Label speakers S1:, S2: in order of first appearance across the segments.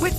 S1: With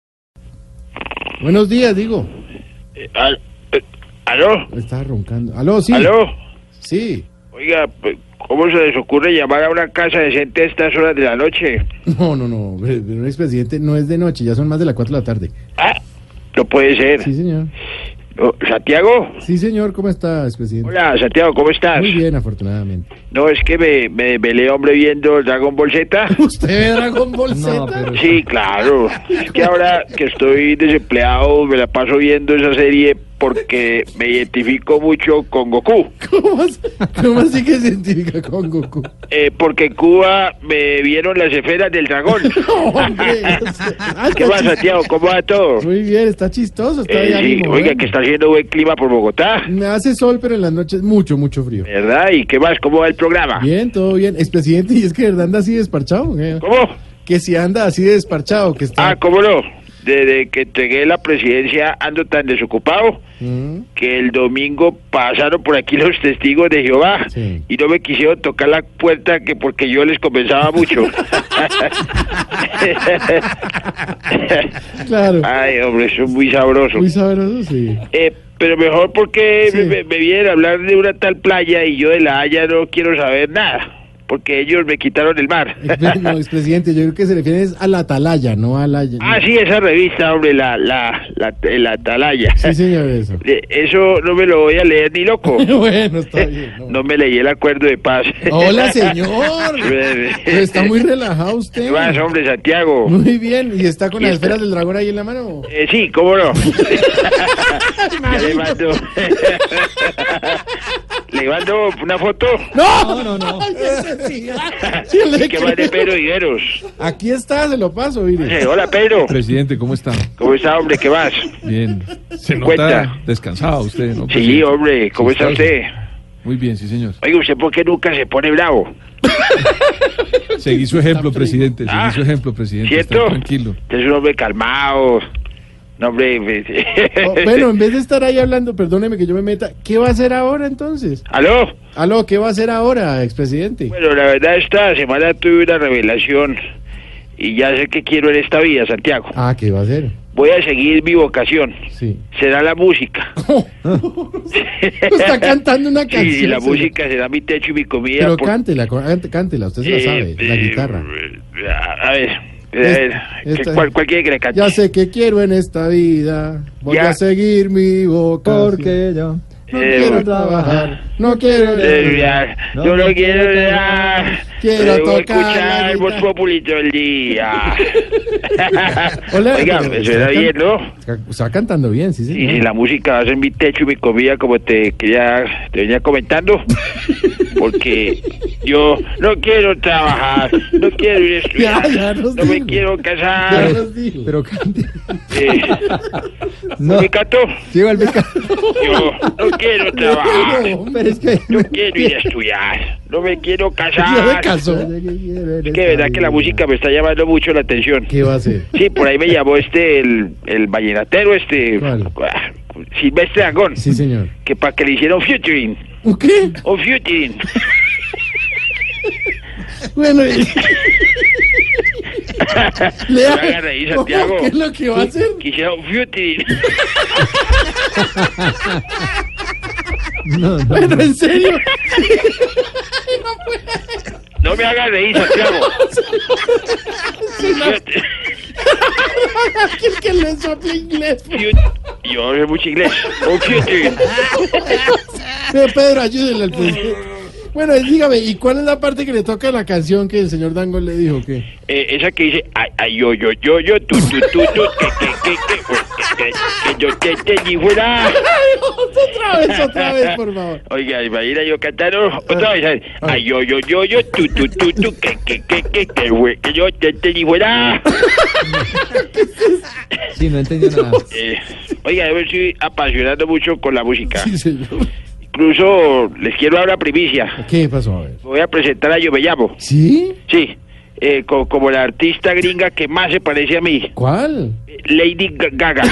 S2: Buenos días, digo.
S3: Eh, al- eh, ¿Aló?
S2: Estaba roncando. Aló, sí.
S3: ¿Aló?
S2: Sí.
S3: Oiga, pues, ¿cómo se les ocurre llamar a una casa decente a estas horas de la noche?
S2: No, no, no. hombre, pero Un expresidente no es de noche, ya son más de las 4 de la tarde.
S3: Ah, no puede ser.
S2: Sí, señor.
S3: No, ¿Santiago?
S2: Sí, señor, ¿cómo está, expresidente?
S3: Hola, Santiago, ¿cómo estás?
S2: Muy bien, afortunadamente.
S3: No, es que me, me velé hombre viendo Dragon Ball Z.
S2: ¿Usted ve Dragon Ball Z?
S4: No, pero-
S3: Sí, claro. Es que ahora que estoy desempleado me la paso viendo esa serie porque me identifico mucho con Goku.
S2: ¿Cómo, así, cómo así que se identifica con Goku?
S3: Eh, porque en Cuba me vieron las esferas del dragón.
S2: Hombre, no sé. Ah,
S3: ¿Qué
S2: está
S3: más,
S2: chis-
S3: Santiago? ¿Cómo va todo?
S2: Muy bien, está chistoso, está
S3: Eh,
S2: de
S3: sí,
S2: ánimo,
S3: oiga,
S2: ¿eh? Mm.
S3: que está haciendo buen clima por Bogotá,
S2: Me hace sol, pero en las noches mucho, mucho frío.
S3: ¿verdad? ¿Y qué más? ¿Cómo va el programa?
S2: Bien, todo bien. Expresidente, y es que de verdad anda así desparchado. ¿eh?
S3: ¿Cómo?
S2: Que si anda así desparchado, que está...
S3: Ah, ¿cómo no? Desde que entregué la presidencia ando tan desocupado
S2: Mm.
S3: que el domingo pasaron por aquí los testigos de Jehová
S2: Sí.
S3: y no me quisieron tocar la puerta que porque yo les compensaba mucho.
S2: Claro.
S3: Ay, hombre, eso es muy sabroso.
S2: Muy sabroso, sí.
S3: Eh, pero mejor porque
S2: Sí.
S3: me, me- me vienen a hablar de una tal playa y yo de La Haya no quiero saber nada, porque ellos me quitaron el mar.
S2: Expre- No, expresidente, yo creo que se refiere es a la atalaya, no a la...
S3: Ah, sí, esa revista, hombre, la, la, la, la Atalaya.
S2: Sí, señor, eso.
S3: Eh, Eso no me lo voy a leer ni loco.
S2: bueno, está bien. no.
S3: No me leí el acuerdo de paz.
S2: Hola, señor. Pero está muy relajado
S3: ¿Qué
S2: usted.
S3: más, hombre, Santiago?
S2: Muy bien, y está con
S3: Y
S2: las
S3: está-
S2: esferas del dragón ahí en la mano.
S3: Eh, sí, cómo no. Ya le mando. Le mando una foto.
S4: No, no, no.
S2: Ay, necesidad. Sí, le
S3: ¿Y qué más de
S2: creo.
S3: Pedro Viveros?
S2: Aquí está, se lo paso, mire.
S3: Eh, hola, Pedro.
S4: Presidente, ¿cómo está?
S3: ¿Cómo está, hombre? ¿Qué más?
S4: Bien. Se
S3: Cuenta.
S4: nota descansado usted, ¿no?
S3: Sí,
S4: presidente?
S3: hombre, ¿cómo está usted?
S4: Muy bien, sí, señor.
S3: Oiga, ¿usted por qué nunca se pone bravo?
S4: Seguí su ejemplo, presidente.
S3: Ah,
S4: Seguí su ejemplo, presidente. Está
S3: ¿Cierto?
S4: tranquilo.
S3: Usted es un hombre calmado. Un hombre... pues,
S2: Oh, bueno, en vez de estar ahí hablando, perdóneme que yo me meta, ¿qué va a hacer ahora entonces?
S3: ¿Aló?
S2: Aló, ¿qué va a hacer ahora, expresidente?
S3: Bueno, la verdad esta semana tuve una revelación y ya sé qué quiero en esta vida, Santiago.
S2: Ah, ¿qué va a hacer?
S3: Voy a seguir mi vocación.
S2: Sí.
S3: Será la música.
S2: Está cantando una canción.
S3: Sí, la
S2: señor.
S3: música será mi techo y mi comida.
S2: Pero
S3: por-
S2: cántela, co- cante- cántela, usted se la
S3: eh,
S2: sabe, la
S3: eh,
S2: guitarra.
S3: eh, A a ver, a ver,
S2: esta-
S3: ¿qué- ¿cuál, cuál quiere que le cante?
S2: Ya sé que quiero en esta vida, voy
S3: Ya.
S2: a seguir mi vocación.
S4: Porque yo.
S2: no
S3: Eh,
S2: quiero
S3: bueno.
S2: trabajar, no quiero...
S3: Eh, ya,
S4: No,
S3: yo
S4: no
S3: lo
S4: quiero
S3: quiero
S4: tocar.
S3: dar.
S2: Quiero
S3: Debo
S2: tocar la
S3: escuchar Voz
S2: guitarra.
S3: Populi todo el día.
S2: Hola,
S3: Oiga,
S2: pero
S3: eso
S2: está
S3: era
S2: can-
S3: bien, ¿no?
S2: está- Está cantando bien, sí,
S3: Y
S2: señor.
S3: si la música va a ser mi techo y mi comida, como te quería, te venía comentando, porque yo no quiero trabajar, no quiero ir a estudiar,
S2: Ya, ya
S3: no
S2: nos
S3: me
S2: dijo.
S3: quiero
S2: Ya
S3: casar.
S2: nos dijo.
S4: Pero cante.
S3: Eh,
S4: No,
S3: ¿Me canto?
S4: lleva el beca.
S3: Yo no quiero trabajar,
S2: No,
S4: Pero es que.
S3: no quiero ir a estudiar, no me quiero
S2: ya me
S3: casar.
S2: casó.
S3: Es que de verdad que la música me está llamando mucho la atención.
S2: ¿Qué va a hacer?
S3: Sí, por ahí me llamó este, el, el vallenatero, este,
S2: ¿Cuál?
S3: ah, Silvestre Angón,
S2: Sí, señor.
S3: que para que le hiciera un featuring.
S2: ¿Qué?
S3: Un featuring.
S2: Bueno, y- le
S3: No haga reír,
S2: ¿Cómo?
S3: Santiago.
S2: ¿Qué es lo que va a hacer?
S3: Quisiera un featuring.
S4: No, no.
S2: Pero en serio,
S3: No me hagas reír, Santiago.
S2: ¿qué es que le sople inglés?
S3: Yo- Yo hablo mucho inglés. Un featuring.
S2: Pero Pedro, ayúdele al presidente. Bueno, y dígame, ¿y cuál es la parte que le toca a la canción que el señor Dango le dijo? que
S3: Eh, esa que dice, ay, ay, yo, yo, yo, yo, tu, tu, tu, tu, que, que, que, que, pues, que, que, que yo te, te ni fuera.
S2: Otra vez, otra vez, por favor.
S3: Oiga, imagina yo cantar otra vez. ay, Ay, yo, yo, yo, yo, tu, tu, tu, tu, que, que, que, que, que, que, que yo te, te ni fuera.
S4: Sí, no entendió nada.
S3: Eh, oiga, yo me estoy apasionando mucho con la música.
S2: Sí, señor.
S3: Incluso les quiero dar una primicia.
S2: ¿Qué pasó? A ver.
S3: Me voy a presentar a Yo Me Llamo.
S2: ¿Sí?
S3: Sí, eh, co- como la artista gringa que más se parece a mí,
S2: ¿Cuál?
S3: Lady Ga- Gaga.